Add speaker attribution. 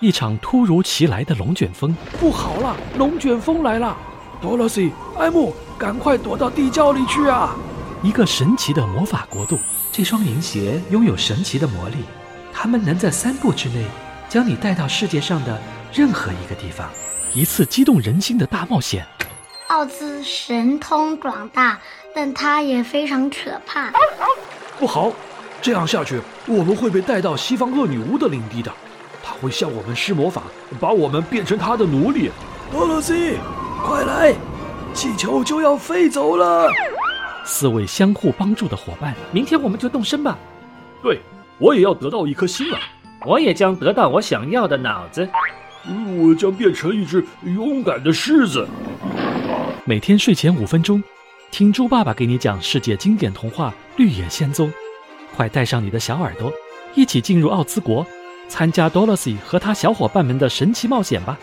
Speaker 1: 一场突如其来的龙卷风，
Speaker 2: 不好了，龙卷风来了！多萝西，艾姆，赶快躲到地窖里去啊！
Speaker 1: 一个神奇的魔法国度。
Speaker 3: 这双银鞋拥有神奇的魔力，它们能在三步之内将你带到世界上的任何一个地方。
Speaker 1: 一次激动人心的大冒险。
Speaker 4: 奥兹神通广大，但他也非常可怕。
Speaker 2: 不好，这样下去我们会被带到西方恶女巫的领地的，她会向我们施魔法，把我们变成她的奴隶。
Speaker 5: 多萝西，快来，气球就要飞走了。
Speaker 1: 四位相互帮助的伙伴，
Speaker 6: 明天我们就动身吧。
Speaker 2: 对，我也要得到一颗心啊！
Speaker 7: 我也将得到我想要的脑子。
Speaker 2: 嗯我将变成一只勇敢的狮子。
Speaker 1: 每天睡前五分钟，听猪爸爸给你讲世界经典童话《绿野仙踪》。快带上你的小耳朵，一起进入奥兹国，参加 Dorothy 和他小伙伴们的神奇冒险吧！